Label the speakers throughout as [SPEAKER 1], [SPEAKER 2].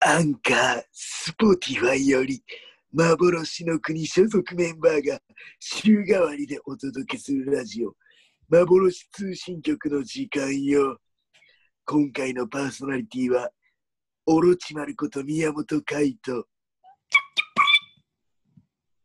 [SPEAKER 1] アンカー、スポティファイより、幻の国所属メンバーが週替わりでお届けするラジオ、幻通信局の時間よ。今回のパーソナリティは、オロチマルこと宮本海斗。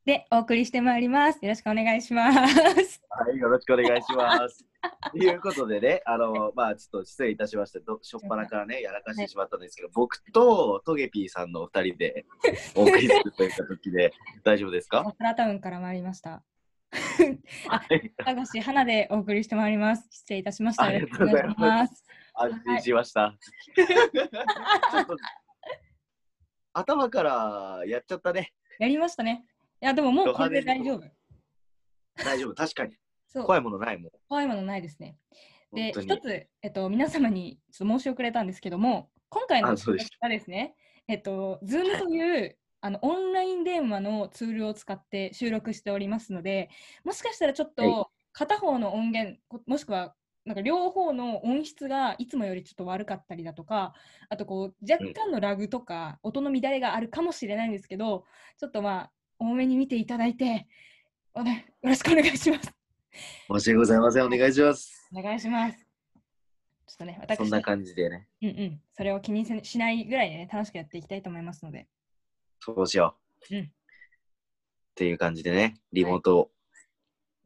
[SPEAKER 2] でお送りしてまいります。よろしくお願いし ます。
[SPEAKER 3] はい、よろしくお願いし ます。ということでね、あの、まあ、ちょっと失礼いたしました。ど、しょっぱなからね、やらかしてしまったんですけど、僕とトゲピーさんのお二人 で。お送りするといった時で、大丈夫です
[SPEAKER 2] オ
[SPEAKER 3] か。
[SPEAKER 2] スラタウンから参りま した。
[SPEAKER 3] はい、
[SPEAKER 2] 高橋花でお送りしてまいります。失礼いたしました。
[SPEAKER 3] ありがとうございます
[SPEAKER 2] よろしくお願いしす。
[SPEAKER 3] 安心しました。ちょっと頭からやっちゃったね。
[SPEAKER 2] やりましたね。いやでももうこれで大丈夫。
[SPEAKER 3] 大丈夫、確かに。
[SPEAKER 2] そう
[SPEAKER 3] 怖いものないもん。
[SPEAKER 2] 怖いものないですね。で
[SPEAKER 3] 本当
[SPEAKER 2] 一
[SPEAKER 3] に。
[SPEAKER 2] つえっと皆様にちょっと申し遅れたんですけども、今回の
[SPEAKER 3] あそうでし
[SPEAKER 2] はですね、えっと Zoom というあのオンライン電話のツールを使って収録しておりますので、もしかしたらちょっ
[SPEAKER 3] はい
[SPEAKER 2] と片方の音源こもしくはなんか両方の音質がいつもよりちょっと悪かったりだとか、あとこう若干のラグとか音の乱れがあるかもしれないんですけど、ちょっとまあ多めに見ていただいて、おね、よろしくお願いします。
[SPEAKER 3] 申し訳ございません。お願いします。
[SPEAKER 2] お願いします。ちょっとね、私
[SPEAKER 3] そんな感じでね。
[SPEAKER 2] うんうん、それを気にせしないぐらいでね、楽しくやっていきたいと思いますので。
[SPEAKER 3] そうしよう。
[SPEAKER 2] うん
[SPEAKER 3] っていう感じでね、リモート、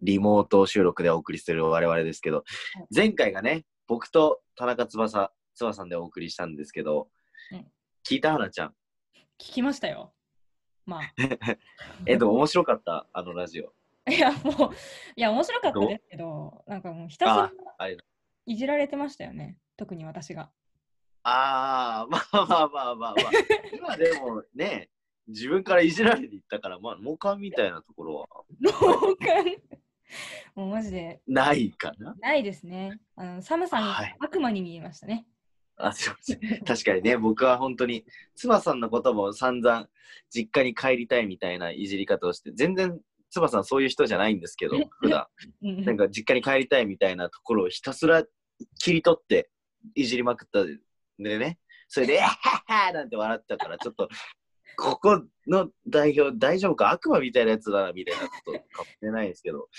[SPEAKER 3] リモート収録でお送りする我々ですけど、
[SPEAKER 2] はい
[SPEAKER 3] 前回がね、僕と田中翼、翼さんでお送りしたんですけど、
[SPEAKER 2] うん
[SPEAKER 3] 聞いた花ちゃん。
[SPEAKER 2] 聞きましたよ。まあ。
[SPEAKER 3] えっと、面白かった、あのラジオ。
[SPEAKER 2] いや、もう、いや、面白かったですけど、なんかもうひたす
[SPEAKER 3] あ
[SPEAKER 2] ら
[SPEAKER 3] あれ
[SPEAKER 2] いじられてましたよね。特に私が。
[SPEAKER 3] あー、まあまあまあまあ まあ。今でもね、自分からいじられていったから、まあ、モカみたいなところは
[SPEAKER 2] 老眼 もうマジで、
[SPEAKER 3] ないかな。
[SPEAKER 2] ないですね。あの寒さん、
[SPEAKER 3] はい
[SPEAKER 2] 悪魔に見えましたね。
[SPEAKER 3] あ、すいません。確かにね、僕は本当に、つばさんのことも散々、実家に帰りたいみたいないじり方をして、全然、つばさんそういう人じゃないんですけど、普段、
[SPEAKER 2] うんうん
[SPEAKER 3] なんか実家に帰りたいみたいなところをひたすら切り取って、いじりまくったんでね、それで、えははなんて笑ってたから、ちょっと、ここの代表、大丈夫か悪魔みたいなやつだな、みたいなことかもしれないですけど、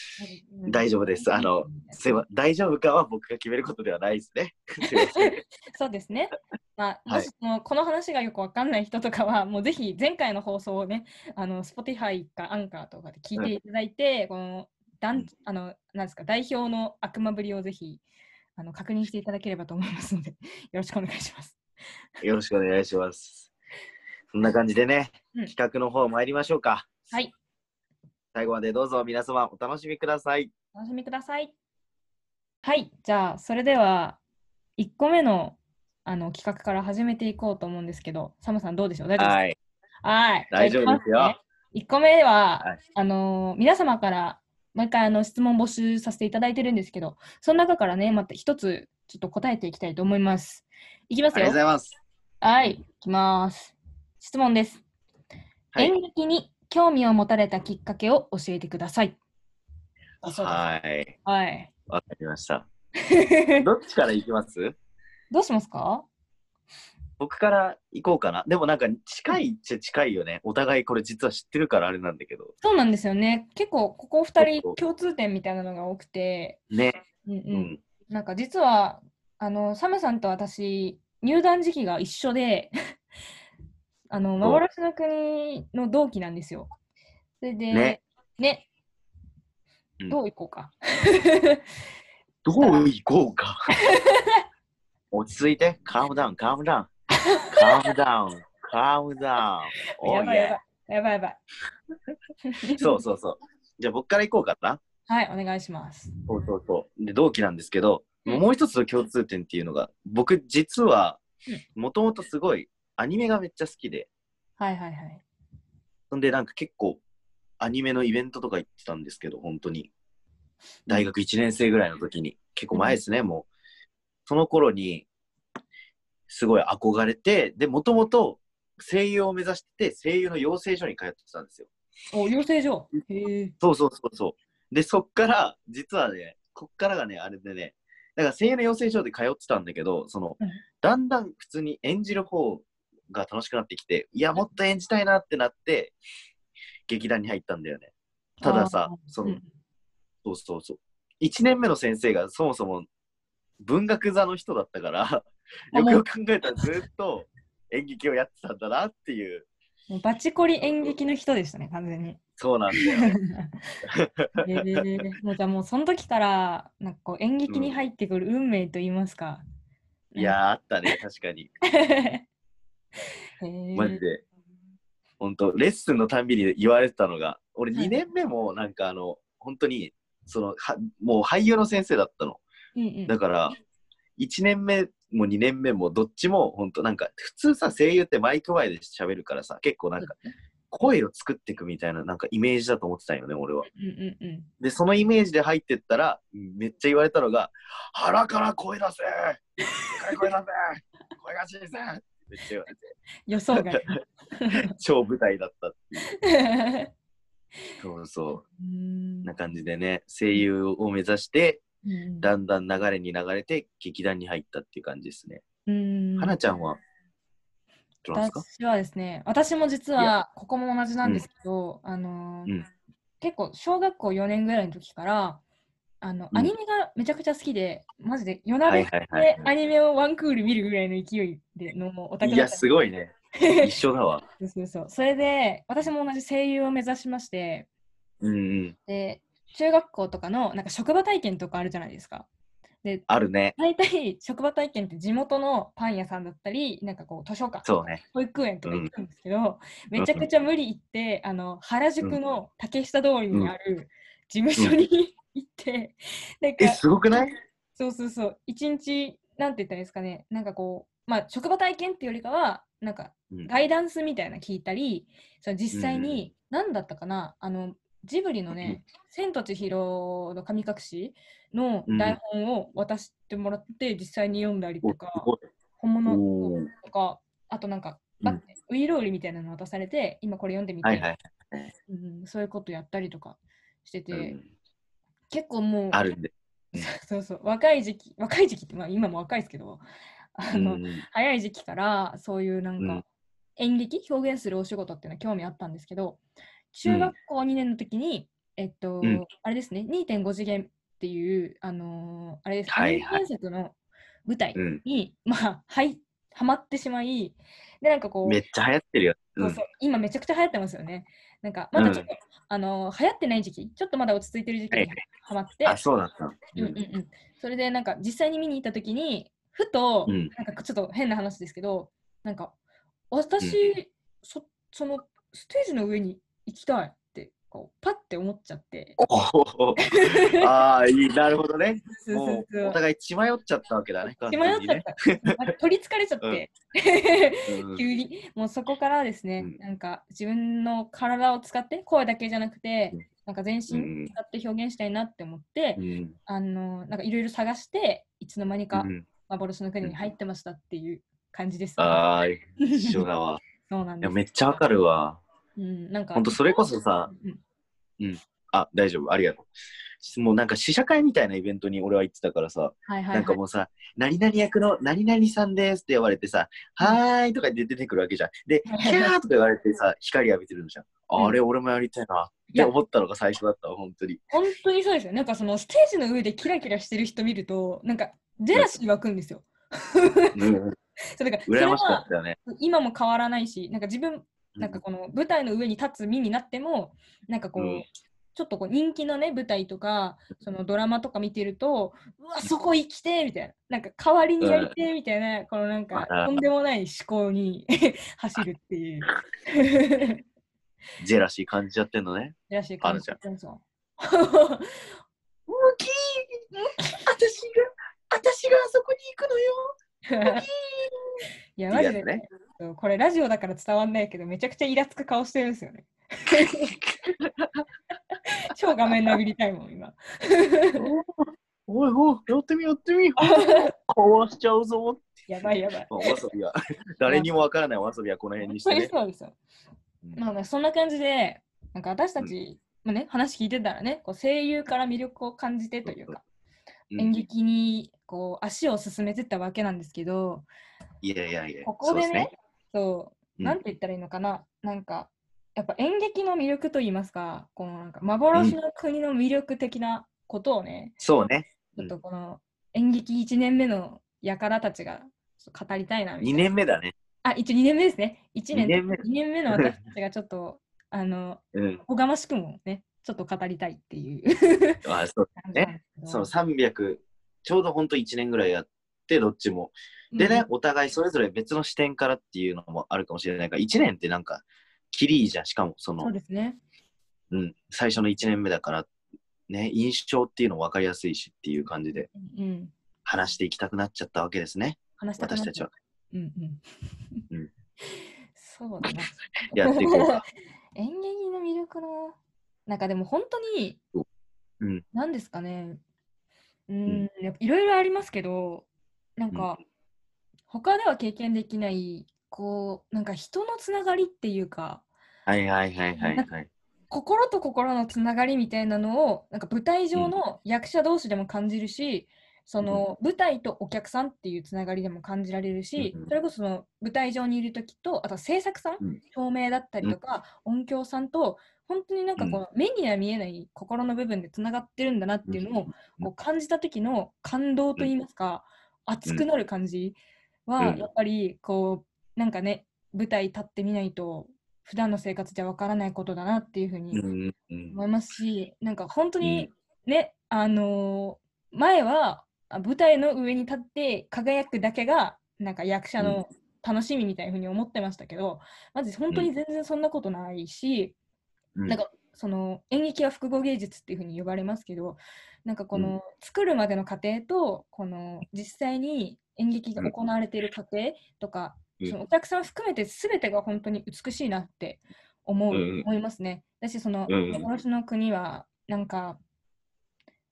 [SPEAKER 2] うん
[SPEAKER 3] 大丈夫ですあのすいま大丈夫かは僕が決めることではないですね。すいません
[SPEAKER 2] そうですね。まあ、
[SPEAKER 3] は
[SPEAKER 2] も
[SPEAKER 3] い
[SPEAKER 2] しもうこの話がよくわかんない人とかは、 もうぜひ前回の放送をね、あの Spotify かアンカーとかで聞いていただいて、このだ
[SPEAKER 3] うん
[SPEAKER 2] んあのなんですか代表の悪魔ぶりをぜひあの確認していただければと思いますので、よ ろしくお願いします。
[SPEAKER 3] よろしくお願いします。そんな感じでね、
[SPEAKER 2] うん
[SPEAKER 3] 企画の方参りましょうか。
[SPEAKER 2] はい。
[SPEAKER 3] 最後までどうぞ皆様お楽しみください。
[SPEAKER 2] お楽しみください。はい、じゃあそれでは1個目のあの企画から始めていこうと思うんですけど、サムさんどうでしょう大丈夫ですか
[SPEAKER 3] はい。
[SPEAKER 2] はい。
[SPEAKER 3] 大丈夫ですよ
[SPEAKER 2] じゃあ行きますね。1個目は、
[SPEAKER 3] はい
[SPEAKER 2] あのー皆様から毎回あの質問募集させていただいてるんですけど、その中からね、また一つちょっと答えていきたいと思います。いきま
[SPEAKER 3] あ
[SPEAKER 2] す
[SPEAKER 3] りがとう
[SPEAKER 2] よ
[SPEAKER 3] ご。ざいます。
[SPEAKER 2] はい、いきます。質問です。
[SPEAKER 3] はい
[SPEAKER 2] 演劇に興味を持たれたきっかけを教えてください。あそうです
[SPEAKER 3] はい。
[SPEAKER 2] はい。
[SPEAKER 3] わかりました。どっちから行きます
[SPEAKER 2] どうしますか
[SPEAKER 3] 僕から行こうかな。でもなんか近いっちゃ近いよね。お互いこれ実は知ってるからあれなんだけど。
[SPEAKER 2] そうなんですよね。結構、ここ2
[SPEAKER 3] そう
[SPEAKER 2] 人共通点みたいなのが多くて、
[SPEAKER 3] ね。
[SPEAKER 2] うん
[SPEAKER 3] う
[SPEAKER 2] うん
[SPEAKER 3] ん。
[SPEAKER 2] なんか実はあのサムさんと私入団時期が一緒で あの幻の国の同期なんですよ。それで
[SPEAKER 3] ね
[SPEAKER 2] ね
[SPEAKER 3] うん
[SPEAKER 2] どういこうか。
[SPEAKER 3] どう行こ うか。落ち着いて。カームダウン、カームダウン。カームダウン、calm down.
[SPEAKER 2] や
[SPEAKER 3] Oh,
[SPEAKER 2] ばいや
[SPEAKER 3] yeah.
[SPEAKER 2] ばい。やばいやばい。
[SPEAKER 3] そうそうそう。じゃあ僕から行こうかな。
[SPEAKER 2] はい、お願いします。
[SPEAKER 3] そうそうそう。で、同期なんですけど、
[SPEAKER 2] うん
[SPEAKER 3] もう一つの共通点っていうのが、僕実は
[SPEAKER 2] うん、
[SPEAKER 3] もともとすごいアニメがめっちゃ好きで、
[SPEAKER 2] はいはいはい。
[SPEAKER 3] そんでなんか結構アニメのイベントとか行ってたんですけど、本当に。大学1年生ぐらいの時に、結構前ですね、もう。その頃に、すごい憧れて、で、もともと声優を目指してて、声優の養成所に通ってたんですよ。
[SPEAKER 2] お、養成所。へえ。
[SPEAKER 3] そうそうそうそう。で、そっから、実はね、こっからがね、あれでね、だから声優の養成所で通ってたんだけど、その
[SPEAKER 2] うん、
[SPEAKER 3] だんだん普通に演じる方が楽しくなってきて、いや、もっと演じたいなってなって、劇団に入ったんだよね。たださ
[SPEAKER 2] あー、
[SPEAKER 3] そうの
[SPEAKER 2] ん、
[SPEAKER 3] そうそうそう。1年目の先生がそもそも文学座の人だったから、
[SPEAKER 2] あ
[SPEAKER 3] よく
[SPEAKER 2] もう
[SPEAKER 3] よく考えたらずっと演劇をやってたんだなっていう、
[SPEAKER 2] もうバチコリ演劇の人でしたね、完全 に。
[SPEAKER 3] そうなんだよね。
[SPEAKER 2] えー、もうじゃあもうその時からなんかこう演劇に入ってくる運命と言いますか。
[SPEAKER 3] いやー、あったね、確かに。
[SPEAKER 2] うん。 へー
[SPEAKER 3] マジで。本当レッスンのたんびに言われてたのが俺
[SPEAKER 2] はい
[SPEAKER 3] 2年目もなんかあの本当にそのはもう俳優の先生だったの
[SPEAKER 2] うんうん。
[SPEAKER 3] だから1年目も2年目もどっちも本当なんか普通さ声優ってマイク前で喋るからさ結構なんか声を作っていくみたいななんかイメージだと思ってたんよね俺は
[SPEAKER 2] うんうんうん。
[SPEAKER 3] でそのイメージで入ってったらめっちゃ言われたのが「腹から声出せ声出せ声が小さい!」めっちゃ言われて
[SPEAKER 2] 予想 外。
[SPEAKER 3] 超舞台だった
[SPEAKER 2] う
[SPEAKER 3] そうそう
[SPEAKER 2] ーん
[SPEAKER 3] な感じでね、声優を目指して、
[SPEAKER 2] うん
[SPEAKER 3] だんだん流れに流れて、劇団に入ったっていう感じですね。
[SPEAKER 2] うん
[SPEAKER 3] はなちゃんは、どうなんですか
[SPEAKER 2] 私はですね、私も実
[SPEAKER 3] い
[SPEAKER 2] はここも同じなんですけど、あのー
[SPEAKER 3] うん
[SPEAKER 2] 結構小学校4年ぐらいの時からあの、
[SPEAKER 3] うん
[SPEAKER 2] アニメがめちゃくちゃ好きで、マジで夜
[SPEAKER 3] は
[SPEAKER 2] 鍋
[SPEAKER 3] いはいは
[SPEAKER 2] で
[SPEAKER 3] い。
[SPEAKER 2] アニメをワンクール見るぐらいの勢いでのオタク
[SPEAKER 3] い
[SPEAKER 2] だ
[SPEAKER 3] や、
[SPEAKER 2] った
[SPEAKER 3] すご いね。一緒だわ。
[SPEAKER 2] そうそうそうそれで私も同じ声優を目指しまして
[SPEAKER 3] うんうん。
[SPEAKER 2] で中学校とかのなんか職場体験とかあるじゃないですかで
[SPEAKER 3] あるね。
[SPEAKER 2] 大体職場体験って地元のパン屋さんだったりなんかこう図書館
[SPEAKER 3] そうね。
[SPEAKER 2] 保育園とか行ったんですけど、めちゃくちゃ無理行って、あの原宿の竹下通りにある事務所に、 行ってなん
[SPEAKER 3] え、
[SPEAKER 2] か
[SPEAKER 3] すごくない
[SPEAKER 2] そうそうそう一日なんて言ったらいいですかねなんかこうまあ職場体験っていうよりかはなんか
[SPEAKER 3] うん
[SPEAKER 2] ガイダンスみたいな聞いたりその実際
[SPEAKER 3] うんうんう
[SPEAKER 2] に何だったかな、あのジブリのね「千と千尋の神隠し」の台本を渡してもらって実際に読んだりと
[SPEAKER 3] おす
[SPEAKER 2] か、
[SPEAKER 3] ごい
[SPEAKER 2] 本
[SPEAKER 3] お
[SPEAKER 2] 物
[SPEAKER 3] ー
[SPEAKER 2] とかあとなんか
[SPEAKER 3] うん
[SPEAKER 2] バッてウイローリみたいなの渡されて今これ読んでみて、
[SPEAKER 3] はいはい。
[SPEAKER 2] うん、そういうことやったりとかしてて、
[SPEAKER 3] うん
[SPEAKER 2] 結構もう
[SPEAKER 3] あるんで。
[SPEAKER 2] そうそう若い時期若い時期って、まあ、今も若いですけどあ
[SPEAKER 3] う
[SPEAKER 2] の、
[SPEAKER 3] んうん
[SPEAKER 2] 早い時期からそういうなんか、
[SPEAKER 3] うん
[SPEAKER 2] 演劇表現するお仕事っていうのは興味あったんですけど中学校2年の時に、えっと、
[SPEAKER 3] うん
[SPEAKER 2] あれですね2.5次元っていうあのーあれです、
[SPEAKER 3] はいは
[SPEAKER 2] ア
[SPEAKER 3] い
[SPEAKER 2] ニメ原作の舞台
[SPEAKER 3] うん。
[SPEAKER 2] に、まあはいはまってしまいでなんかこう
[SPEAKER 3] めっちゃ流行ってるよ。
[SPEAKER 2] そううんそう今めちゃくちゃ流行ってますよねなんかまだちょっと、
[SPEAKER 3] う
[SPEAKER 2] あのー流行ってない時期ちょっとまだ落ち着いてる時期
[SPEAKER 3] はい
[SPEAKER 2] に
[SPEAKER 3] はい
[SPEAKER 2] はまって、
[SPEAKER 3] あ、そうだったの。
[SPEAKER 2] うんうんうん、それでなんか実際に見に行った時にふと、
[SPEAKER 3] うん
[SPEAKER 2] なんかちょっと変な話ですけどなんか私、そそのステージの上に行きたいってこうパッて思っちゃって
[SPEAKER 3] お ーああ、いい。なるほどね。
[SPEAKER 2] そうそ
[SPEAKER 3] も
[SPEAKER 2] うそう
[SPEAKER 3] う、お互い血迷っちゃったわけだね。
[SPEAKER 2] 血迷っちゃった、なんか取りつかれちゃって、
[SPEAKER 3] た。うんうん
[SPEAKER 2] 急にもうそこからですね、
[SPEAKER 3] うん
[SPEAKER 2] なんか自分の体を使って声だけじゃなくて、
[SPEAKER 3] うん
[SPEAKER 2] なんか全
[SPEAKER 3] うんう
[SPEAKER 2] 身
[SPEAKER 3] ん
[SPEAKER 2] 使って表現したいなって思って、
[SPEAKER 3] うん
[SPEAKER 2] あのなんかいろいろ探していつの間にか
[SPEAKER 3] うん
[SPEAKER 2] 幻の国に入ってましたっていう感じです、
[SPEAKER 3] ああ、一緒だ わ。
[SPEAKER 2] そうなん
[SPEAKER 3] い
[SPEAKER 2] で
[SPEAKER 3] や、
[SPEAKER 2] す。
[SPEAKER 3] めっちゃわかるわ。
[SPEAKER 2] うん、なんか。
[SPEAKER 3] ほんと、それこそさ、
[SPEAKER 2] うん
[SPEAKER 3] あ、大丈夫、ありがとう。もうなんか試写会みたいなイベントに俺は行ってたからさ、
[SPEAKER 2] はいはい、はい。
[SPEAKER 3] なんかもうさ、何々役の何々さんですって呼ばれてさ、
[SPEAKER 2] うん
[SPEAKER 3] はーいとか言って出てくるわけじゃん。 で、キャーとか言われてさ、光浴びてるのじゃん。
[SPEAKER 2] うん
[SPEAKER 3] あれ、俺もやりたいなっ
[SPEAKER 2] い
[SPEAKER 3] て
[SPEAKER 2] や、
[SPEAKER 3] 思ったのが最初だったわ、本当に。
[SPEAKER 2] 本当にそうですよ。なんかそのステージの上でキラキラしてる人見ると、なんかジェラシー湧くんですよ。
[SPEAKER 3] う
[SPEAKER 2] そ
[SPEAKER 3] ん、
[SPEAKER 2] うなんかそれ
[SPEAKER 3] 羨ましか
[SPEAKER 2] は
[SPEAKER 3] ったよね。
[SPEAKER 2] 今も変わらないし、なんか自分、なんか
[SPEAKER 3] う
[SPEAKER 2] この舞台の上に立つ身になっても、なんかこう、
[SPEAKER 3] うん
[SPEAKER 2] ちょっとこう人気のね舞台とかそのドラマとか見てるとうわそこ行きてーみたいななんか代わりにやりてーみたいな、このなんか
[SPEAKER 3] うん
[SPEAKER 2] とんでもない思考に 走るって いう。
[SPEAKER 3] ジェラシー感じちゃってんのね。
[SPEAKER 2] らしい
[SPEAKER 3] あるじゃん
[SPEAKER 2] ん。そうそう
[SPEAKER 3] ムキー私が、私があそこに行くのよ
[SPEAKER 2] いや、マジで、
[SPEAKER 3] ね。
[SPEAKER 2] これラジオだから伝わんないけど、めちゃくちゃイラつく顔してるんです よね。超画面殴りたいもん、今。
[SPEAKER 3] おいおい、やってみやってみ。 壊しちゃうぞ。
[SPEAKER 2] やばいやばい。
[SPEAKER 3] お遊 びは、誰にもわからないお遊びはこの辺にして
[SPEAKER 2] そうで
[SPEAKER 3] ね
[SPEAKER 2] す。そうですよ。まあまあ、そんな感じで、なんか私たち、まあね、話聞いてたらね、こう声優から魅力を感じてというか、
[SPEAKER 3] うん
[SPEAKER 2] 演劇にこう足を進めてったわけなんですけど、
[SPEAKER 3] いやいやいや、
[SPEAKER 2] ここでね、そう、
[SPEAKER 3] うん
[SPEAKER 2] なんて言ったらいいのかな、なんか、やっぱ演劇の魅力と言いますか、このなんか幻の国の魅力的なことをね、
[SPEAKER 3] そうね。う
[SPEAKER 2] ちょ
[SPEAKER 3] ん
[SPEAKER 2] っとこの演劇1年目の輩たちがちょっと語りたいなみたい
[SPEAKER 3] 2
[SPEAKER 2] な。
[SPEAKER 3] 年目だね。
[SPEAKER 2] あ、一応2年目ですね。1年
[SPEAKER 3] 二年目
[SPEAKER 2] 二年目の私たちがちょっと、 あの、
[SPEAKER 3] うん。
[SPEAKER 2] おがましくもね、ちょっと語りたいっていう
[SPEAKER 3] あそう
[SPEAKER 2] 感じなんですけど。
[SPEAKER 3] その300、ちょうどほんと1年ぐらいやって、どっちも。でね、
[SPEAKER 2] うん
[SPEAKER 3] お互いそれぞれ別の視点からっていうのもあるかもしれないから、1年ってなんか、きりいいじゃん。しかも、その
[SPEAKER 2] そう、ですね。
[SPEAKER 3] うん、最初の1年目だから、ね、印象っていうの分かりやすいしっていう感じで、
[SPEAKER 2] うんうん。
[SPEAKER 3] 話していきたくなっちゃったわけですね。
[SPEAKER 2] 話したくなっち
[SPEAKER 3] 私
[SPEAKER 2] ゃ
[SPEAKER 3] た
[SPEAKER 2] う
[SPEAKER 3] ちは。
[SPEAKER 2] うんう
[SPEAKER 3] うんん。
[SPEAKER 2] そうだな。
[SPEAKER 3] やっていこ うか。
[SPEAKER 2] 演劇の魅力の、なんかでも本当に、
[SPEAKER 3] うん。
[SPEAKER 2] 何ですかね。うーん、やっぱいろいろありますけど、なんか、他では経験できない、こう、なんか人のつながりっていうか、
[SPEAKER 3] はいはいはいはいはい。
[SPEAKER 2] 心と心のつながりみたいなのをなんか舞台上の役者同士でも感じるし、その舞台とお客さんっていうつながりでも感じられるし、
[SPEAKER 3] うんうん
[SPEAKER 2] それこそその舞台上にいる時とあとは制作さん、
[SPEAKER 3] うん
[SPEAKER 2] 照明だったりとか、音響さんと本当になんかこう、目には見えない心の部分でつながってるんだなっていうのを、
[SPEAKER 3] うん
[SPEAKER 2] こう感じた時の感動といいますか、熱くなる感じは、
[SPEAKER 3] うん
[SPEAKER 2] やっぱりこうなんかね舞台立ってみないと普段の生活じゃわからないことだなっていうふうに
[SPEAKER 3] うんうん
[SPEAKER 2] 思いますし、なんか本当にね、あのー前はあ舞台の上に立って輝くだけがなんか役者の楽しみみたいなふうに思ってましたけど、まず本当に全然そんなことないし、
[SPEAKER 3] うん
[SPEAKER 2] なんかその演劇は複合芸術っていうふうに呼ばれますけどなんかこの、
[SPEAKER 3] う
[SPEAKER 2] 作るまでの過程とこの実際に演劇が行われている過程とか、
[SPEAKER 3] うん
[SPEAKER 2] そのお客さん含めて全てが本当に美しいなって思う、
[SPEAKER 3] うんうん
[SPEAKER 2] 思いますね。だしその
[SPEAKER 3] うんうん
[SPEAKER 2] 幻の国はなんか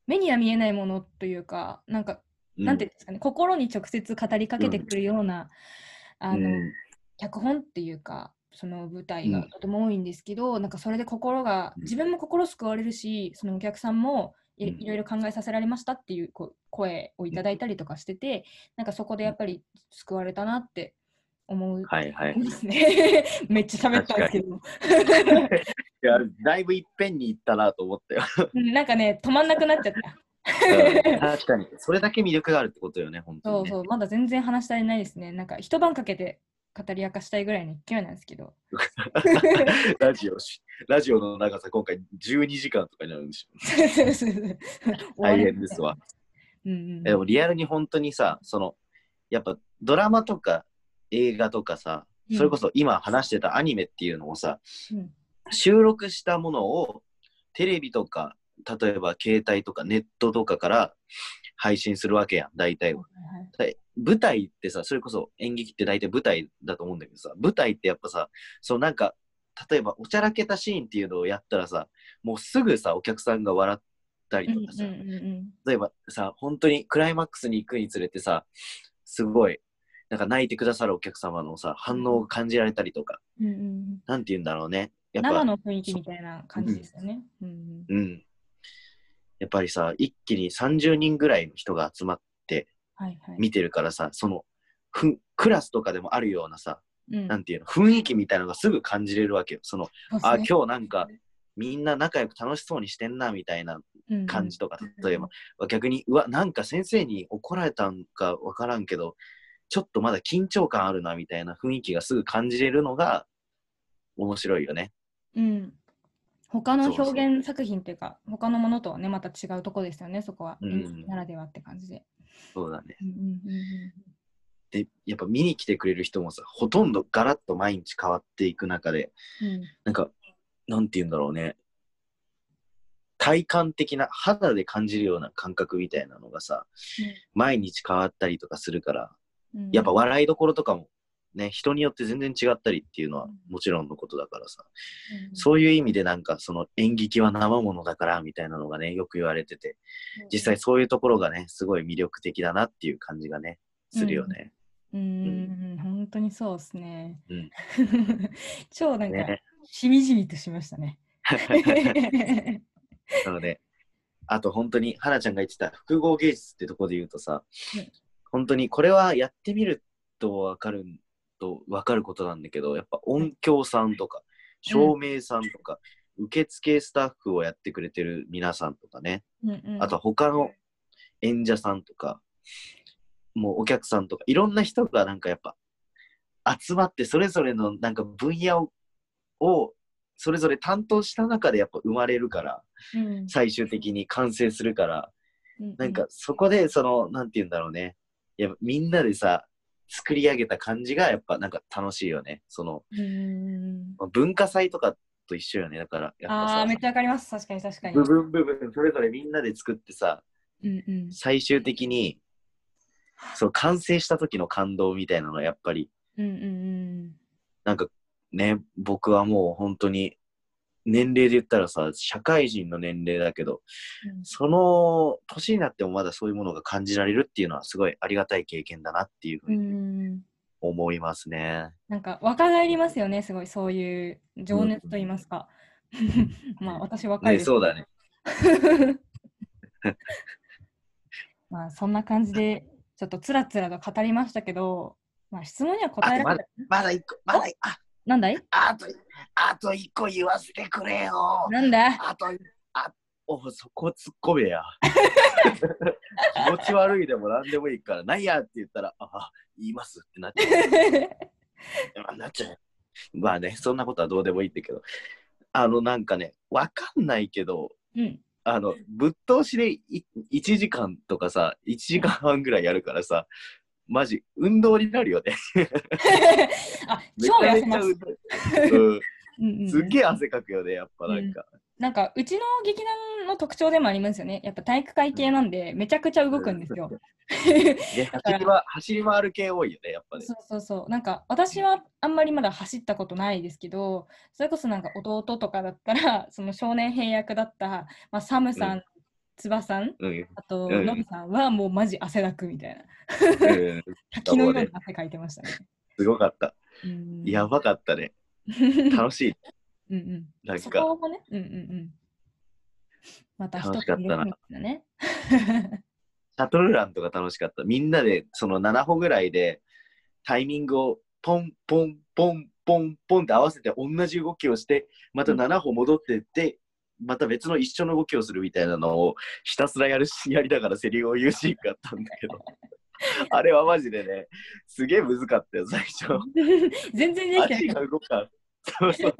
[SPEAKER 2] 目には見えないものというかなんか、
[SPEAKER 3] うん
[SPEAKER 2] なんていうんですかね心に直接語りかけてくるような、あの
[SPEAKER 3] うん
[SPEAKER 2] 脚本っていうかその舞台
[SPEAKER 3] う
[SPEAKER 2] が
[SPEAKER 3] ん
[SPEAKER 2] とても多いんですけど、なんかそれで心が
[SPEAKER 3] うん
[SPEAKER 2] 自分も心救われるしそのお客さんもい,、
[SPEAKER 3] うん
[SPEAKER 2] いろいろ考えさせられましたっていうこう声をいただいたりとかしてて、なんかそこでやっぱり救われたなって思う
[SPEAKER 3] はいはい。
[SPEAKER 2] んですね めっちゃ喋ったんですけど
[SPEAKER 3] いや、だいぶいっぺんに行ったなと思ったよ。
[SPEAKER 2] うんなんかね止まんなくなっちゃった
[SPEAKER 3] うん確かに。それだけ魅力があるってことよね、本
[SPEAKER 2] そ
[SPEAKER 3] 当
[SPEAKER 2] う
[SPEAKER 3] に、ね。
[SPEAKER 2] そうまだ全然話したりないですねなんか一晩かけて語り明かしたいぐらいの勢いなんですけ ど
[SPEAKER 3] ラジオし、ラジオの長さ、今回12時間とかになるんでしょ。大変ですわ。
[SPEAKER 2] うんうん
[SPEAKER 3] でもリアルに本当にさ、その、やっぱドラマとか映画とかさ、それこそ今話してたアニメっていうのをさ、
[SPEAKER 2] うん
[SPEAKER 3] 収録したものをテレビとか、例えば携帯とかネットとかから配信するわけやん、大体は。
[SPEAKER 2] はいはい
[SPEAKER 3] で舞台ってさ、それこそ演劇って大体舞台だと思うんだけどさ、舞台ってやっぱさ、そうなんか、例えばおちゃらけたシーンっていうのをやったらさ、もうすぐさ、お客さんが笑ったりとかさ、
[SPEAKER 2] うんうんうんうん
[SPEAKER 3] 例えばさ、本当にクライマックスに行くにつれてさ、すごい、なんか泣いてくださるお客様のさ、反応を感じられたりとか、
[SPEAKER 2] うんうんうん
[SPEAKER 3] なんて言うんだろうね。やっぱ、
[SPEAKER 2] 生の雰囲気みたいな感じですよね。うんうん
[SPEAKER 3] うん。やっぱりさ、一気に30人ぐらいの人が集まって
[SPEAKER 2] はいはい。
[SPEAKER 3] 見てるからさ、その、ふんクラスとかでもあるようなさ、
[SPEAKER 2] うん
[SPEAKER 3] なんていうの、雰囲気みたいなのがすぐ感じれるわけよ。その、あ、今日なんか、みんな仲良く楽しそうにしてんな、みたいな
[SPEAKER 2] 日
[SPEAKER 3] 感じとか、
[SPEAKER 2] うん
[SPEAKER 3] 例えば、逆に、うわ、なんか先生に怒られたんかわからんけど、ちょっとまだ緊張感あるな、みたいな雰囲気がすぐ感じれるのが、面白いよね。
[SPEAKER 2] うん。他の
[SPEAKER 3] そうですね
[SPEAKER 2] 表現作品っていうか、他のものとはね、また違うとこですよね、そこは。
[SPEAKER 3] うん
[SPEAKER 2] 演出ならではって感じで。
[SPEAKER 3] そうだね。
[SPEAKER 2] うんうんうんうん
[SPEAKER 3] で、やっぱ見に来てくれる人もさ、ほとんどガラッと毎日変わっていく中で、
[SPEAKER 2] うん
[SPEAKER 3] なんか、なんて言うんだろうね。体感的な、肌で感じるような感覚みたいなのがさ、毎日変わったりとかするから、
[SPEAKER 2] うん
[SPEAKER 3] やっぱ笑いどころとかも、ね、人によって全然違ったりっていうのはもちろんのことだからさ、
[SPEAKER 2] うん
[SPEAKER 3] そういう意味でなんかその演劇は生ものだからみたいなのがね、よく言われてて、実際そういうところがね、すごい魅力的だなっていう感じがね、するよね。
[SPEAKER 2] うーん、本当にそうですね。
[SPEAKER 3] うん
[SPEAKER 2] 超なんか
[SPEAKER 3] ね、
[SPEAKER 2] しみじみとしました ね。
[SPEAKER 3] なので、あと本当に、花ちゃんが言ってた複合芸術ってとこで言うとさ、
[SPEAKER 2] うん
[SPEAKER 3] 本当にこれはやってみるとわかるん、とわかることなんだけど、やっぱ音響さんとか、照明さんとか、受付スタッフをやってくれてる皆さんとかね、
[SPEAKER 2] うんうん
[SPEAKER 3] あとは他の演者さんとか、もうお客さんとか、いろんな人がなんかやっぱ集まって、それぞれのなんか分野を、をそれぞれ担当した中でやっぱ生まれるから、
[SPEAKER 2] うん
[SPEAKER 3] 最終的に完成するから、
[SPEAKER 2] うう
[SPEAKER 3] なんかそこでその、なんて言うんだろうね。やっぱみんなでさ、作り上げた感じがやっぱなんか楽しいよね。その、
[SPEAKER 2] うーん
[SPEAKER 3] 文化祭とかと一緒よね。だから、やっぱ
[SPEAKER 2] あ
[SPEAKER 3] さ
[SPEAKER 2] あ、めっちゃわかります。確かに確かに。
[SPEAKER 3] 部分部分、それぞれみんなで作ってさ、
[SPEAKER 2] うんうん
[SPEAKER 3] 最終的にそう完成した時の感動みたいなのはやっぱり
[SPEAKER 2] うんうん
[SPEAKER 3] なんかね僕はもう本当に年齢で言ったらさ社会人の年齢だけど
[SPEAKER 2] うん
[SPEAKER 3] その年になってもまだそういうものが感じられるっていうのはすごいありがたい経験だなっていうふ
[SPEAKER 2] う
[SPEAKER 3] うん
[SPEAKER 2] う
[SPEAKER 3] に
[SPEAKER 2] ん。
[SPEAKER 3] 思いますね。
[SPEAKER 2] なんか若返りますよね、すごいそういう情熱と言いますか。 まあ私若い
[SPEAKER 3] ね
[SPEAKER 2] です。
[SPEAKER 3] そうだね。
[SPEAKER 2] まあそんな感じでちょっとつらつらと語りましたけど、まあ質問には答えられない。
[SPEAKER 3] まだ一個まだ一個あ
[SPEAKER 2] なんだい？
[SPEAKER 3] あとあと一個言わせてくれよ。
[SPEAKER 2] なん だ？
[SPEAKER 3] あとあおそこ突っ込めや。気持ち悪いでも何でもいいから、なんやって言ったら、あ言いますってなっちゃう。あなっちゃう。まあね、そんなことはどうでもいいんだけど、あの、なんかね、わかんないけど、
[SPEAKER 2] うん。
[SPEAKER 3] あの、ぶっ通しでい1時間とかさ、1時間半ぐらいやるからさ、マジ、運動になるよね。
[SPEAKER 2] あ、
[SPEAKER 3] めち
[SPEAKER 2] 超痩
[SPEAKER 3] ゃめ
[SPEAKER 2] せ
[SPEAKER 3] ちゃ
[SPEAKER 2] ます。
[SPEAKER 3] 運動。うん
[SPEAKER 2] うんうん
[SPEAKER 3] すっげえ汗かくよね、やっぱなんか。
[SPEAKER 2] なんかうちの劇団の特徴でもありますよね。やっぱ体育会系なんで、めちゃくちゃ動くんです よ。
[SPEAKER 3] ね走りは走り回る系多いよね、やっぱね。
[SPEAKER 2] そうそうそう。なんか私はあんまりまだ走ったことないですけど、それこそなんか弟とかだったら、 その少年兵役だった、まあ、サムさ、
[SPEAKER 3] うん
[SPEAKER 2] つばさん、
[SPEAKER 3] うん
[SPEAKER 2] あと
[SPEAKER 3] うん
[SPEAKER 2] ノブさんはもうマジ汗だくみたいな。
[SPEAKER 3] うん
[SPEAKER 2] 滝のように汗かいてましたね。
[SPEAKER 3] すごかった。
[SPEAKER 2] うん
[SPEAKER 3] やばかったね。楽しい。
[SPEAKER 2] うんうん。
[SPEAKER 3] なん
[SPEAKER 2] そ
[SPEAKER 3] か、
[SPEAKER 2] こもね、うんうんうん。また一
[SPEAKER 3] 楽し
[SPEAKER 2] つ
[SPEAKER 3] かった
[SPEAKER 2] 入
[SPEAKER 3] な
[SPEAKER 2] れてみたね。
[SPEAKER 3] シャトルランとか楽しかった。みんなで、その7歩ぐらいで、タイミングをポンポンポンポンポンって合わせて同じ動きをして、また7歩戻ってって、また別の一緒の動きをするみたいなのをひたすらやるし、や りながらセリフを言うシーンがあったんだけど、あれはマジでね、すげえ難かったよ、最初。
[SPEAKER 2] 全然できてない
[SPEAKER 3] 足。が動かん。そうそう。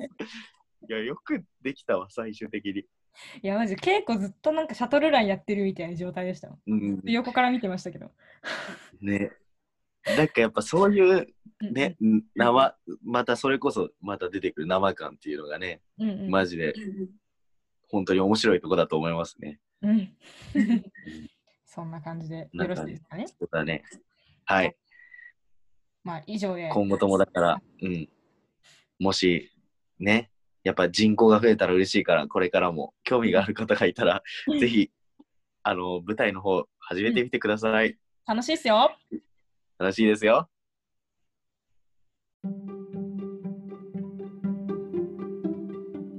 [SPEAKER 3] いや、よくできたわ、最終的に。
[SPEAKER 2] いや、マジ、稽古ずっとなんかシャトルランやってるみたいな状態でしたもん。
[SPEAKER 3] うん、
[SPEAKER 2] 横から見てましたけど。
[SPEAKER 3] ね。なんかやっぱそういう
[SPEAKER 2] うんうん
[SPEAKER 3] ね、、生、またそれこそまた出てくる生感っていうのがね、
[SPEAKER 2] うんうん、
[SPEAKER 3] マジで本当に面白いとこだと思いますね。
[SPEAKER 2] うん。 そんな感じでよろしいですかね。
[SPEAKER 3] そうだね。はい。
[SPEAKER 2] まあ、以上で。
[SPEAKER 3] 今後ともだから、うん。もし、ね、やっぱ人口が増えたら嬉しいから、これからも興味がある方がいたら、ぜひ、あの、舞台の方始めてみてください。
[SPEAKER 2] 楽しいっすよ。
[SPEAKER 3] 楽しいですよ。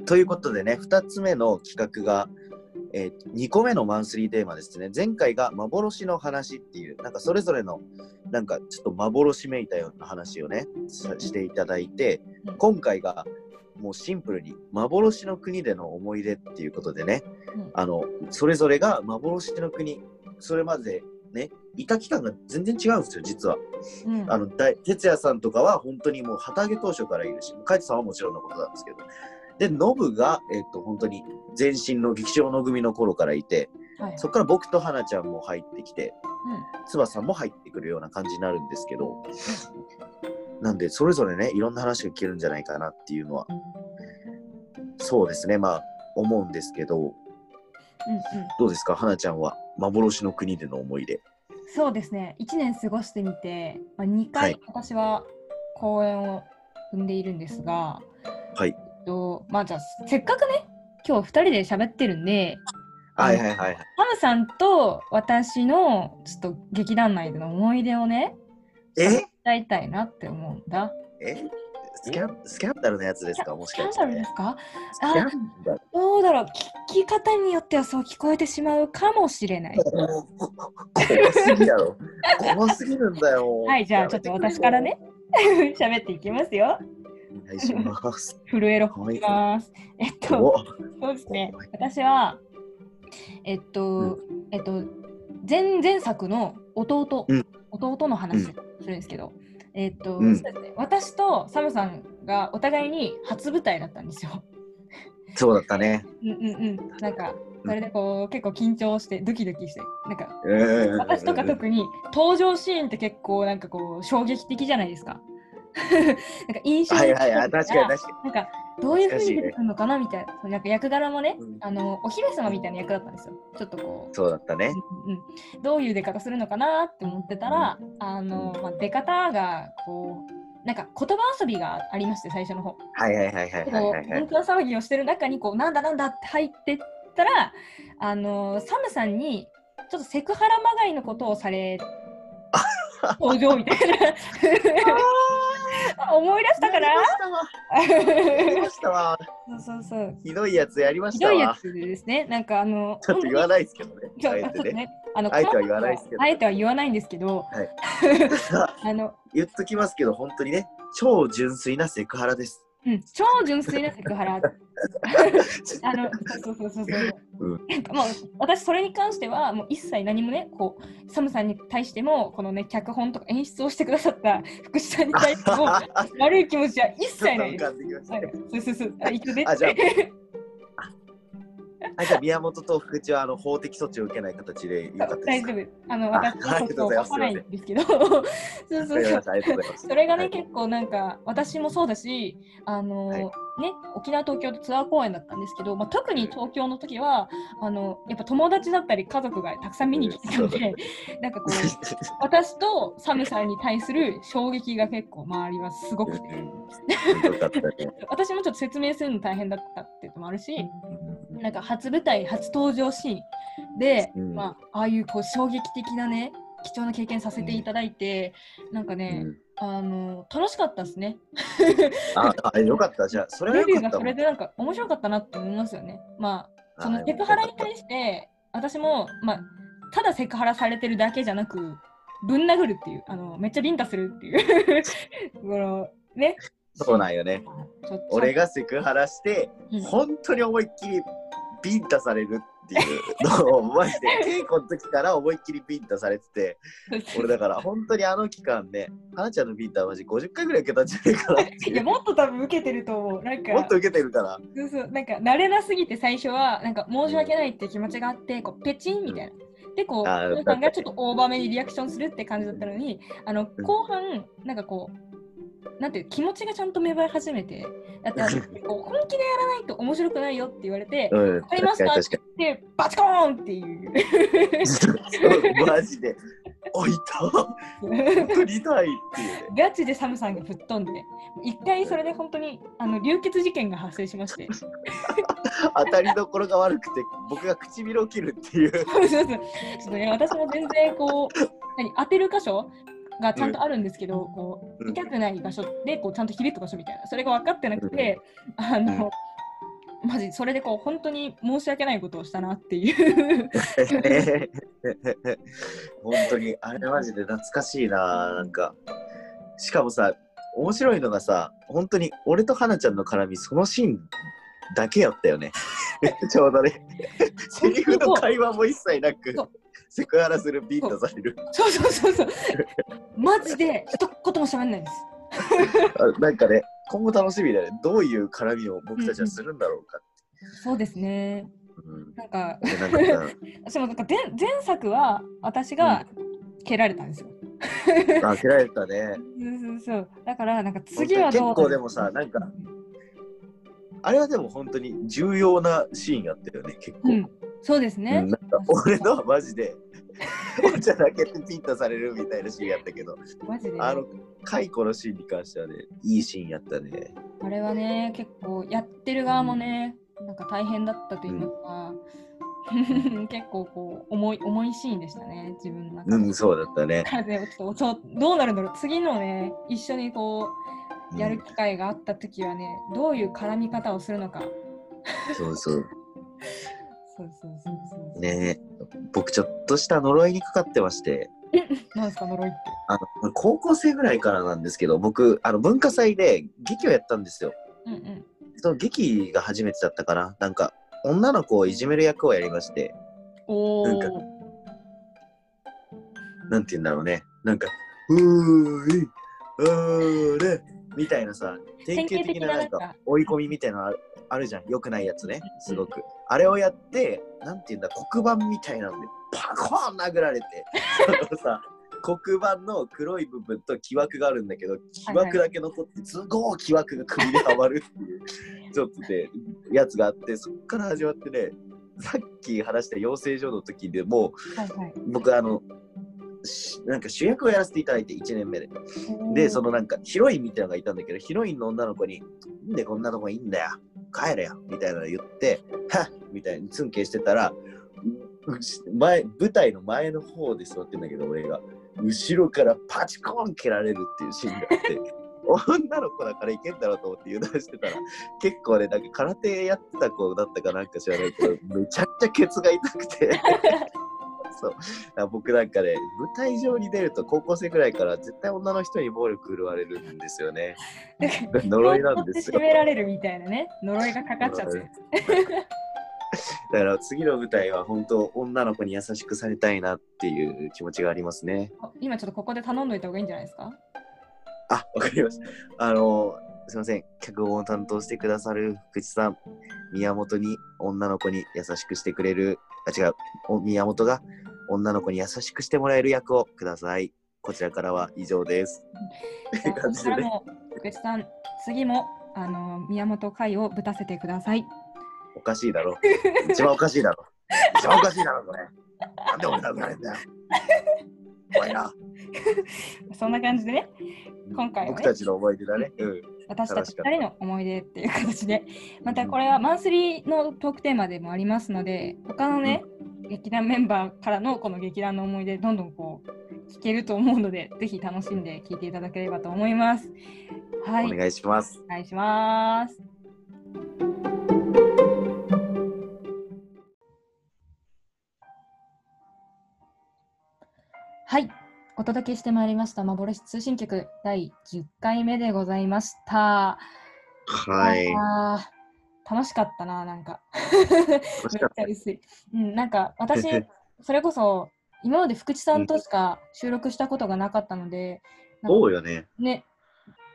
[SPEAKER 3] ということでね、2つ目の企画が、え2個目のマンスリーテーマですね。前回が幻の話っていう、なんかそれぞれの、なんかちょっと幻めいたような話をね、さしていただいて
[SPEAKER 2] うん、
[SPEAKER 3] 今回がもうシンプルに幻の国での思い出っていうことでね、
[SPEAKER 2] うん
[SPEAKER 3] あの、それぞれが幻の国、それまでね、いた期間が全然違うんですよ、実は。
[SPEAKER 2] うん
[SPEAKER 3] あの、だい哲也さんとかは本当にもう旗揚げ当初からいるし、カイトさんはもちろんのことなんですけど、でノブが、えっと本当に前身の劇場の組の頃からいて
[SPEAKER 2] はい
[SPEAKER 3] そこから僕と花ちゃんも入ってきて
[SPEAKER 2] うん
[SPEAKER 3] つばさんも入ってくるような感じになるんですけどなんでそれぞれねいろんな話が聞けるんじゃないかなっていうのはそうですねまあ思うんですけ
[SPEAKER 2] う
[SPEAKER 3] ど
[SPEAKER 2] んうん
[SPEAKER 3] どうですか花ちゃんは幻の国での思い出
[SPEAKER 2] そうですね1年過ごしてみて、まあ、2
[SPEAKER 3] は
[SPEAKER 2] 回
[SPEAKER 3] い
[SPEAKER 2] 私は公演を踏んでいるんですが、
[SPEAKER 3] はい
[SPEAKER 2] えっとまあじゃあせっかくね今日2人で喋ってるんで
[SPEAKER 3] はいはいはいはい
[SPEAKER 2] ハムさんと私のちょっと劇団内での思い出をね
[SPEAKER 3] え
[SPEAKER 2] 伝えたいなって思うんだ。
[SPEAKER 3] えスキャンスキャンダルのやつですかも
[SPEAKER 2] ス
[SPEAKER 3] し
[SPEAKER 2] キャ
[SPEAKER 3] か
[SPEAKER 2] ン
[SPEAKER 3] して
[SPEAKER 2] ダルですか
[SPEAKER 3] スキ
[SPEAKER 2] あ
[SPEAKER 3] ャンダル
[SPEAKER 2] どうだろう聞き方によってはそう聞こえてしまうかもしれない。
[SPEAKER 3] 怖すぎやろ。怖すぎるんだよ。
[SPEAKER 2] はいじゃあちょっと私からね 喋っていきますよ。
[SPEAKER 3] お願いします。
[SPEAKER 2] 震えろ。
[SPEAKER 3] はい
[SPEAKER 2] いきます。えっと
[SPEAKER 3] お
[SPEAKER 2] そうですね。私は、えっと、えっと、前前作の弟、
[SPEAKER 3] うん
[SPEAKER 2] 弟の話するんですけど、えっと、
[SPEAKER 3] うん
[SPEAKER 2] そうですね、私とサムさんがお互いに初舞台だったんですよ。
[SPEAKER 3] そうだったね。
[SPEAKER 2] うんうんうん。なんか、それでこう、結構緊張して、ドキドキして、なんか、
[SPEAKER 3] うん
[SPEAKER 2] 私とか特に登場シーンって結構なんかこう衝撃的じゃないですか。 なんか印象
[SPEAKER 3] はい
[SPEAKER 2] に
[SPEAKER 3] はいはい、確かに確か
[SPEAKER 2] なんかどういう風
[SPEAKER 3] 懐かしい
[SPEAKER 2] に
[SPEAKER 3] ね
[SPEAKER 2] 出てくるのかなみたいな、そのなんか役柄もね、
[SPEAKER 3] うん
[SPEAKER 2] あのお姫様みたいな役だったんですよ。ちょっとこ
[SPEAKER 3] に。
[SPEAKER 2] う、
[SPEAKER 3] そうだったね。
[SPEAKER 2] うんうん、どういう出方するのかなって思ってたら、あのまあ、出方がこうなんか言葉遊びがありまして最初の方。
[SPEAKER 3] はいはいはいはいはい
[SPEAKER 2] こ
[SPEAKER 3] はいうはい
[SPEAKER 2] 文。化騒ぎをしてる中にこうなんだなんだって入ってったらあのサムさんにちょっとセクハラまがいのことをさ れ登場みたいな 思い出したか な
[SPEAKER 3] やりましたわ。
[SPEAKER 2] そうそうそう
[SPEAKER 3] ひどいやつやりまし
[SPEAKER 2] ひ
[SPEAKER 3] た
[SPEAKER 2] どいや
[SPEAKER 3] わ。
[SPEAKER 2] つですねなんかあの
[SPEAKER 3] ちょっと言わないですけどね。
[SPEAKER 2] ちょ
[SPEAKER 3] あ
[SPEAKER 2] っ
[SPEAKER 3] え
[SPEAKER 2] とちょってと
[SPEAKER 3] ね。
[SPEAKER 2] ねあの
[SPEAKER 3] あえては言わないですけど
[SPEAKER 2] あえては言わないんですけど、
[SPEAKER 3] はい
[SPEAKER 2] あの
[SPEAKER 3] 言っときますけど、本当にね、超純粋なセクハラです。
[SPEAKER 2] うん、超純粋なセクハ ラ。あの、そうそうそうそう。
[SPEAKER 3] う
[SPEAKER 2] なんかもう、私それに関しては、もう一切何もね、こう、サムさんに対しても、このね、脚本とか演出をしてくださった福士さんに対して も、悪い気持ちは一
[SPEAKER 3] ちょ
[SPEAKER 2] 切
[SPEAKER 3] っと
[SPEAKER 2] ない
[SPEAKER 3] 浮
[SPEAKER 2] です。
[SPEAKER 3] かんできました
[SPEAKER 2] は
[SPEAKER 3] ね
[SPEAKER 2] い。、そうそうそう、あ一応ね。
[SPEAKER 3] あ じゃああじゃあ宮本と福地はあの法的措置を受けない形でよかったで
[SPEAKER 2] 大
[SPEAKER 3] す
[SPEAKER 2] 丈
[SPEAKER 3] か。
[SPEAKER 2] 夫。あの、
[SPEAKER 3] あ
[SPEAKER 2] 私
[SPEAKER 3] ありがとうございます
[SPEAKER 2] 来ないんですけど。 そうそう
[SPEAKER 3] わかり
[SPEAKER 2] そう
[SPEAKER 3] まし。たありがとうございます。
[SPEAKER 2] それがね、
[SPEAKER 3] はい
[SPEAKER 2] 結構なんか私もそうだし、あのー
[SPEAKER 3] はい
[SPEAKER 2] ね、沖縄東京とツアー公演だったんですけど、まあ、特に東京の時はあのやっぱ友達だったり家族がたくさん見に来てたので、 なんかこう私とサムさんに対する衝撃が結構周りはすごくて、
[SPEAKER 3] うんよかったね。
[SPEAKER 2] 私もちょっと説明するの大変だったっていうのもあるし、
[SPEAKER 3] うん
[SPEAKER 2] なんか初舞台初登場シーンで、
[SPEAKER 3] うん
[SPEAKER 2] まあ、ああいうこう衝撃的なね貴重な経験させていただいて、なんかね、
[SPEAKER 3] うん
[SPEAKER 2] あの楽しかったですね。
[SPEAKER 3] ああよかったじゃあそれは
[SPEAKER 2] デビュ
[SPEAKER 3] よ
[SPEAKER 2] ー
[SPEAKER 3] か
[SPEAKER 2] がそ
[SPEAKER 3] ったもん
[SPEAKER 2] れでなんか面白かったなって思いますよね。まあそのセクハラに対して私も、まあ、ただセクハラされてるだけじゃなくぶん殴るっていうあのめっちゃビンタするっていう このね
[SPEAKER 3] そうなんよね。
[SPEAKER 2] ちょっと
[SPEAKER 3] 俺がセクハラして
[SPEAKER 2] うん
[SPEAKER 3] 本当に思いっきりビンタされるっていうのをマジで 稽古の時から思いっきりビンタされてて俺だから本当にあの期間ね花ちゃんのビンタはマジ50回ぐらい受けたんじゃないかなって
[SPEAKER 2] い
[SPEAKER 3] い
[SPEAKER 2] や
[SPEAKER 3] う
[SPEAKER 2] もっと多分受けてると思う。なんか
[SPEAKER 3] もっと受けてるから
[SPEAKER 2] そうそうなんか慣れなすぎて最初はなんか申し訳ないって気持ちがあってこうペチンみたいな。でこう
[SPEAKER 3] あー
[SPEAKER 2] 皆さんがちょっとオーバーめにリアクションするって感じだったのにあの
[SPEAKER 3] うん
[SPEAKER 2] 後半なんかこうなんていう気持ちがちゃんと芽生え始めてだってあのこう本気でやらないと面白くないよって言われて
[SPEAKER 3] うん
[SPEAKER 2] かりまし
[SPEAKER 3] 確か
[SPEAKER 2] た
[SPEAKER 3] に確か
[SPEAKER 2] でバチコーンっていう
[SPEAKER 3] にマジであいた本当に痛いっていう ね
[SPEAKER 2] ガチでサムさんが吹っ飛んで一回それで本当にあの流血事件が発生しまして
[SPEAKER 3] 当たりどころが悪くて僕が唇を切るっていう
[SPEAKER 2] そうそうそうちょっとね私も全然こう何当てる箇所がちゃんとあるんですけど、こう痛くない場所でこうちゃんと響く場所みたいなそれが分かってなくて、あの、マジそれでこう本当に申し訳ないことをしたなっていう
[SPEAKER 3] 本当にあれマジで懐かしいななんかしかもさ面白いのがさ本当に俺と花ちゃんの絡みそのシーンだけやったよね ちょうど ね セリフの会話も一切なく
[SPEAKER 2] そう
[SPEAKER 3] セクハラするビンタされる
[SPEAKER 2] そうそうそうそうマジで一言も喋んないです
[SPEAKER 3] あなんかね今後楽しみだね。どういう絡みを僕たちはするんだろうか。
[SPEAKER 2] そうですね。
[SPEAKER 3] うん
[SPEAKER 2] なんか、
[SPEAKER 3] でなんか
[SPEAKER 2] 私もなんか前前作は私が蹴られたんですよ。
[SPEAKER 3] さ、開けられた
[SPEAKER 2] そう
[SPEAKER 3] ね。
[SPEAKER 2] そうそう。だから、なんか次はどう
[SPEAKER 3] 結構でもさなんかあれはでも本当に重要なシーンやったよね、結構。
[SPEAKER 2] うん、そうです
[SPEAKER 3] う
[SPEAKER 2] ね
[SPEAKER 3] ん。なん か俺のはマジで、お茶だけでピンとされるみたいなシーンやったけど、
[SPEAKER 2] マジでね、
[SPEAKER 3] あの、解雇のシーンに関してはね、いいシーンやったね。
[SPEAKER 2] あれはね、結構やってる側もね、なんか大変だったと言いますか、結構こう重い重いシーンでしたね、自分の中で。
[SPEAKER 3] うん、そうだったね
[SPEAKER 2] だ。からね、ちょっとそうどうなるんだろう、次のね、一緒にこ
[SPEAKER 3] う
[SPEAKER 2] うんやる機会があった時はね、どういう絡み方をするのか。
[SPEAKER 3] そうそう。
[SPEAKER 2] そうそうそうそう。
[SPEAKER 3] ね僕ちょっとした呪いにかかってまして、
[SPEAKER 2] なんですか、呪いって。
[SPEAKER 3] あの高校生ぐらいからなんですけど、僕、あの文化祭で劇をやったんですよ。
[SPEAKER 2] うんうん。
[SPEAKER 3] その劇が初めてだったかな。なんか、女の子をいじめる役をやりまして、
[SPEAKER 2] おお。
[SPEAKER 3] なんかなんて言うんだろうね。なんか、うーい、うーれ、みたいなさ、典型的なな
[SPEAKER 2] 典型的な
[SPEAKER 3] ん
[SPEAKER 2] なん
[SPEAKER 3] か
[SPEAKER 2] か
[SPEAKER 3] 追い込みみたいなのあるあるじゃん。よくないやつね、すごく。あれをやって、なんて言うんだ、黒板みたいなので、パコーン殴られて、そのさ、黒板の黒い部分と木枠があるんだけど、木枠だけ残って、すごい木枠が首にはまるっていう、ちょっとね、やつがあって、そっから始まってね、さっき話した養成所の時でもう、
[SPEAKER 2] はいはい。
[SPEAKER 3] 僕あのしなんか主役をやらせていただいて1年目ででそ
[SPEAKER 2] の。
[SPEAKER 3] のなんかヒロインみたいなのがいたんだけどヒロインの女の子に「なんでこんなとこいいんだよ帰れよ」みたいなの言って「はっ!」みたいにツンケンしてたらううし前舞台の前の方で座ってんだけど俺が後ろからパチコーン蹴られるっていうシーンがあって女の子だからいけんだろうと思って油断してたら結構ねなんか空手やってた子だったかなんか知らないけどめちゃくちゃケツが痛くて。そうだから僕なんかね舞台上に出ると高校生くらいから絶対女の人に暴力振るわれるんですよね 呪いなんですよ
[SPEAKER 2] 絞められるみたいなね、呪いがかかっちゃって。
[SPEAKER 3] だから次の舞台は本当女の子に優しくされたいなっていう気持ちがありますね
[SPEAKER 2] 今ちょっとここで頼んどいた方がいいんじゃないです か
[SPEAKER 3] あわかりましたあのすいません脚本を担当してくださる福地さん宮本に女の子に優しくしてくれるあ違うお宮本が女の子に優しくしてもらえる役をくださいこちらからは以上です
[SPEAKER 2] じゃあ
[SPEAKER 3] 感
[SPEAKER 2] こ
[SPEAKER 3] じ
[SPEAKER 2] ち
[SPEAKER 3] でね
[SPEAKER 2] らも福地さん、次もあの宮本会をぶたせてください。
[SPEAKER 3] おかしいだろ。一番おかしいだろ。一番おかしいだろ、これ。なんで俺殴られんだよ。怖いな。
[SPEAKER 2] そんな感じでね、今回はね
[SPEAKER 3] 僕たちの思い出だね。うん。
[SPEAKER 2] 私たち2人の思い出っていう形で、またこれはマンスリーのトークテーマでもありますので、他のね、劇団メンバーからのこの劇団の思い出、どんどんこう聞けると思うので、ぜひ楽しんで聞いていただければと思います。はい、
[SPEAKER 3] お願いします。
[SPEAKER 2] お願いします。はい、お届けしてまいりました幻通信局第10回目でございました。
[SPEAKER 3] はい。
[SPEAKER 2] あー楽しかったな、なんか。
[SPEAKER 3] 楽
[SPEAKER 2] め
[SPEAKER 3] し
[SPEAKER 2] っ
[SPEAKER 3] かっ
[SPEAKER 2] ちゃ薄い。うん、なんか私、 それこそ今まで福地さんとしか収録したことがなかったので、
[SPEAKER 3] た。そうよね。
[SPEAKER 2] ね、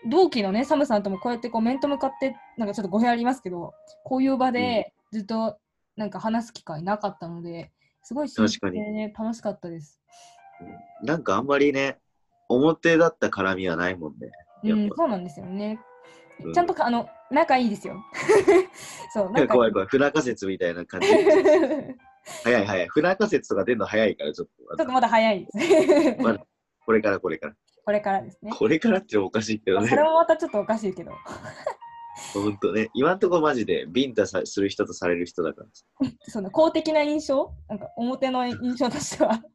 [SPEAKER 2] 同期のね、サムさんともこうやってこう面と向かって、なんかちょっと語弊ありますけど、こういう場でずっとなんか話す機会なかったので、すごい新鮮でね、楽しかったです。
[SPEAKER 3] なんかあんまりね、表だった絡みはないもんね。
[SPEAKER 2] う
[SPEAKER 3] やっ
[SPEAKER 2] ん
[SPEAKER 3] ぱ、
[SPEAKER 2] そうなんですよね
[SPEAKER 3] うん。
[SPEAKER 2] ちゃんとか、あの、仲いいですよ。 そう、仲
[SPEAKER 3] 怖
[SPEAKER 2] い
[SPEAKER 3] い怖い。不仲説みたいな感じ。
[SPEAKER 2] い。
[SPEAKER 3] 早い早い。不仲説とか出るの早いから、ちょっ
[SPEAKER 2] ちょ
[SPEAKER 3] と
[SPEAKER 2] っと。まだ早いです。
[SPEAKER 3] まだこれからこれから。
[SPEAKER 2] これからですね。
[SPEAKER 3] これからっておかしいけど
[SPEAKER 2] まあ
[SPEAKER 3] ね
[SPEAKER 2] そ。れもまたちょっとおかしいけど。
[SPEAKER 3] ほんとね。今んとこマジでビンタさする人とされる人だから。
[SPEAKER 2] その公的な印象なんか表の印象としては。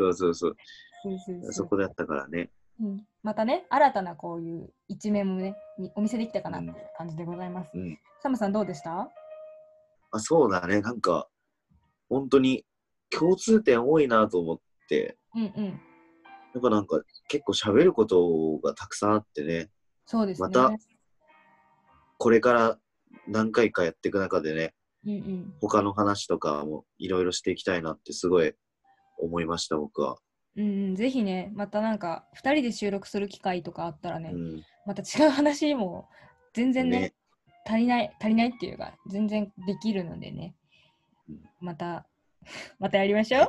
[SPEAKER 3] そうそうそう。
[SPEAKER 2] そうそうそう
[SPEAKER 3] そこだったからね。
[SPEAKER 2] うん、またね、新たなこういう一面もね、にお見せできたかなっていう感じでございます。
[SPEAKER 3] うん。
[SPEAKER 2] サムさんどうでした
[SPEAKER 3] あそうだね、なんか、本当に共通点多いなと思って、
[SPEAKER 2] うんうん。
[SPEAKER 3] やっぱなんか結構喋ることがたくさんあってね、
[SPEAKER 2] そうですね。
[SPEAKER 3] またこれから何回かやっていく中でね、
[SPEAKER 2] うんうん。
[SPEAKER 3] 他の話とかもいろいろしていきたいなってすごい思いました、僕は。
[SPEAKER 2] うんうん、ぜひね、またなんか、2人で収録する機会とかあったら
[SPEAKER 3] う
[SPEAKER 2] ね、
[SPEAKER 3] ん、
[SPEAKER 2] また違う話も全然ね
[SPEAKER 3] ね
[SPEAKER 2] 足りない足りないっていうか全然できるのでね
[SPEAKER 3] うん
[SPEAKER 2] また またやりましょ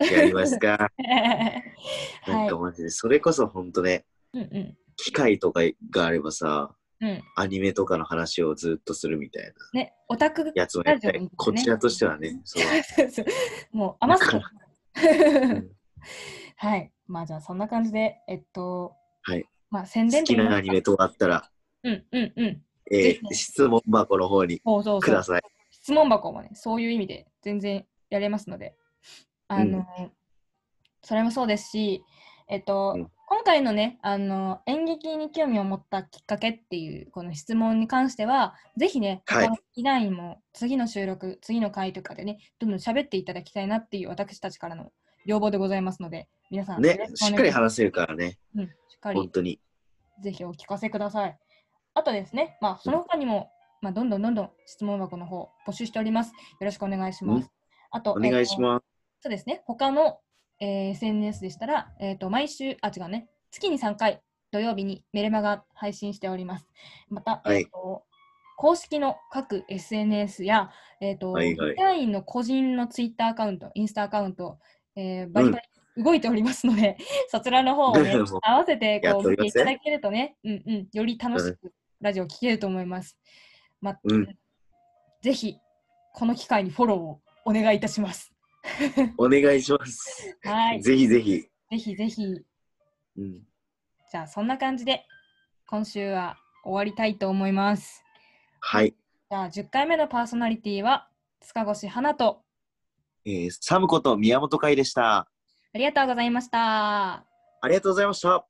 [SPEAKER 2] う
[SPEAKER 3] やりますか。な
[SPEAKER 2] は
[SPEAKER 3] ん
[SPEAKER 2] い
[SPEAKER 3] かマジで、それこそ本当ね、
[SPEAKER 2] うんうん
[SPEAKER 3] 機会とかがあればさ、
[SPEAKER 2] うん
[SPEAKER 3] アニメとかの話をずっとするみたいな
[SPEAKER 2] ねオタク
[SPEAKER 3] やつもやったり、
[SPEAKER 2] ラジオみたいなね
[SPEAKER 3] こちらとしてはね、 そう。
[SPEAKER 2] そうそうもう余すこと
[SPEAKER 3] うん
[SPEAKER 2] はい。まあじゃあそんな感じで、えっと、
[SPEAKER 3] はい。
[SPEAKER 2] まあ宣伝
[SPEAKER 3] 好
[SPEAKER 2] と
[SPEAKER 3] き
[SPEAKER 2] 言い
[SPEAKER 3] な
[SPEAKER 2] ま
[SPEAKER 3] ア
[SPEAKER 2] すか
[SPEAKER 3] ニメとかあったら、
[SPEAKER 2] うんうんうん。ぜ
[SPEAKER 3] え
[SPEAKER 2] ひ
[SPEAKER 3] ー、質問箱の方に
[SPEAKER 2] そうそう
[SPEAKER 3] く
[SPEAKER 2] そ
[SPEAKER 3] だ
[SPEAKER 2] う。
[SPEAKER 3] さい。
[SPEAKER 2] 質問箱もね、そういう意味で全然やれますので、あの、それもそうですし、えっと、
[SPEAKER 3] うん
[SPEAKER 2] 今回のね、あの、演劇に興味を持ったきっかけっていう、この質問に関しては、ぜひね、
[SPEAKER 3] はい
[SPEAKER 2] 他の依頼員も次の収録、次の回とかでね、どんどん喋っていただきたいなっていう私たちからの要望でございますので、皆さん、よ
[SPEAKER 3] ね
[SPEAKER 2] ろ、くお
[SPEAKER 3] し
[SPEAKER 2] 願
[SPEAKER 3] っ
[SPEAKER 2] い
[SPEAKER 3] かり
[SPEAKER 2] ます
[SPEAKER 3] 話せるからね、
[SPEAKER 2] うん、しっかり
[SPEAKER 3] 本当に。
[SPEAKER 2] ぜひお聞かせください。あとですね、まあ、その他にも、まあ、どんどんどんどん質問箱の方募集しております。よろしくお願いしま
[SPEAKER 3] う
[SPEAKER 2] す。あと、
[SPEAKER 3] お願いし
[SPEAKER 2] す。
[SPEAKER 3] ます。
[SPEAKER 2] そうですね、他の、えー SNS でしたら、えーと、毎週、あ、違うね、月に3回、土曜日にメルマガ配信しております。また、
[SPEAKER 3] はい
[SPEAKER 2] えーと公式の各 SNS や、えーと、
[SPEAKER 3] はいはい
[SPEAKER 2] 社員の個人のツイッターアカウント、インスタアカウント、えーバリバリ動いておりますので、そちらの方を、 ね
[SPEAKER 3] もう、
[SPEAKER 2] 合わせて
[SPEAKER 3] や
[SPEAKER 2] こ
[SPEAKER 3] っ
[SPEAKER 2] う
[SPEAKER 3] てお
[SPEAKER 2] 見
[SPEAKER 3] り
[SPEAKER 2] て
[SPEAKER 3] ま
[SPEAKER 2] い
[SPEAKER 3] すね
[SPEAKER 2] ただけるとね、うんうん、より楽しくラジオ聴けると思います。ま
[SPEAKER 3] うん
[SPEAKER 2] ぜひ、この機会にフォローをお願いいたし ます。
[SPEAKER 3] お願いします。
[SPEAKER 2] はい、ぜ
[SPEAKER 3] ぜひぜひ。
[SPEAKER 2] ひぜひ、
[SPEAKER 3] うん、
[SPEAKER 2] じゃあそんな感じで、今週は終わりたいと思います。
[SPEAKER 3] はい、
[SPEAKER 2] じゃあ10回目のパーソナリティは、塚越花と、
[SPEAKER 3] えー。サムこと宮本海でした。
[SPEAKER 2] ありがとうございました。
[SPEAKER 3] ありがとうございました。